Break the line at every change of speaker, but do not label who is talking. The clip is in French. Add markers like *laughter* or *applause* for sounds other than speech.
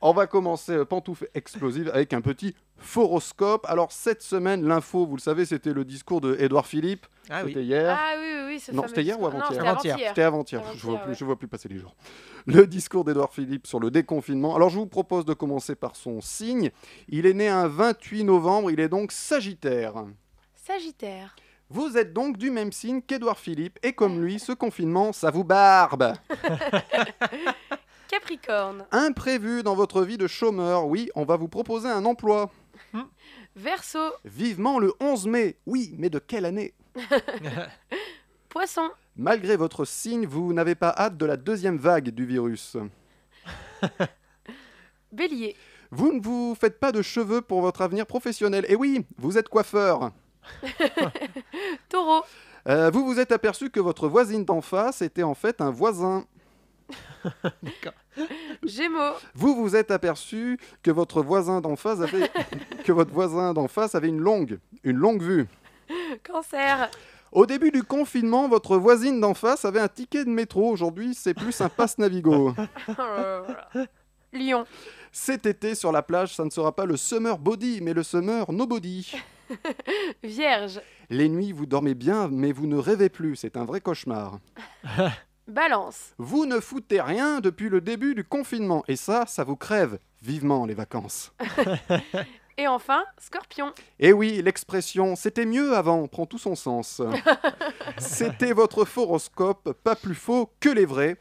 On va commencer euh, pantoufles explosives avec un petit foroscope. Alors cette semaine, l'info, vous le savez, c'était le discours de Édouard Philippe.
Ah oui.
C'était hier.
Ah oui, oui, oui. ce
Non,
fameux
c'était hier ou
discours. Non,
avant-hier
c'était
Avant-hier.
avant-hier.
C'était avant-hier.
Avant-hier,
Je vois plus,
ouais.
je vois plus passer les jours. Le discours d'Édouard Philippe sur le déconfinement. Alors je vous propose de commencer par son signe. Il est né un 28 novembre. Il est donc Sagittaire.
Sagittaire.
Vous êtes donc du même signe qu'Édouard Philippe et comme lui, ce confinement, ça vous barbe.
Capricorne.
Imprévu dans votre vie de chômeur, oui, on va vous proposer un emploi.
Verseau.
Vivement le 11 mai, oui, mais de quelle année
Poisson.
Malgré votre signe, vous n'avez pas hâte de la deuxième vague du virus.
Bélier.
Vous ne vous faites pas de cheveux pour votre avenir professionnel. Et oui, vous êtes coiffeur.
Taureau.
Euh, vous vous êtes aperçu que votre voisine d'en face était en fait un voisin.
Gémeaux.
Vous vous êtes aperçu que votre voisin d'en face avait que votre voisin d'en face avait une longue, une longue vue. *laughs*
Cancer.
Au début du confinement, votre voisine d'en face avait un ticket de métro. Aujourd'hui, c'est plus un passe Navigo.
Oh Lion.
Cet été sur la plage, ça ne sera pas le summer body, mais le summer nobody.
Vierge.
Les nuits, vous dormez bien, mais vous ne rêvez plus. C'est un vrai cauchemar.
Balance.
Vous ne foutez rien depuis le début du confinement, et ça, ça vous crève vivement les vacances.
Et enfin, Scorpion.
Et oui, l'expression c'était mieux avant prend tout son sens. c'était votre horoscope, pas plus faux que les vrais.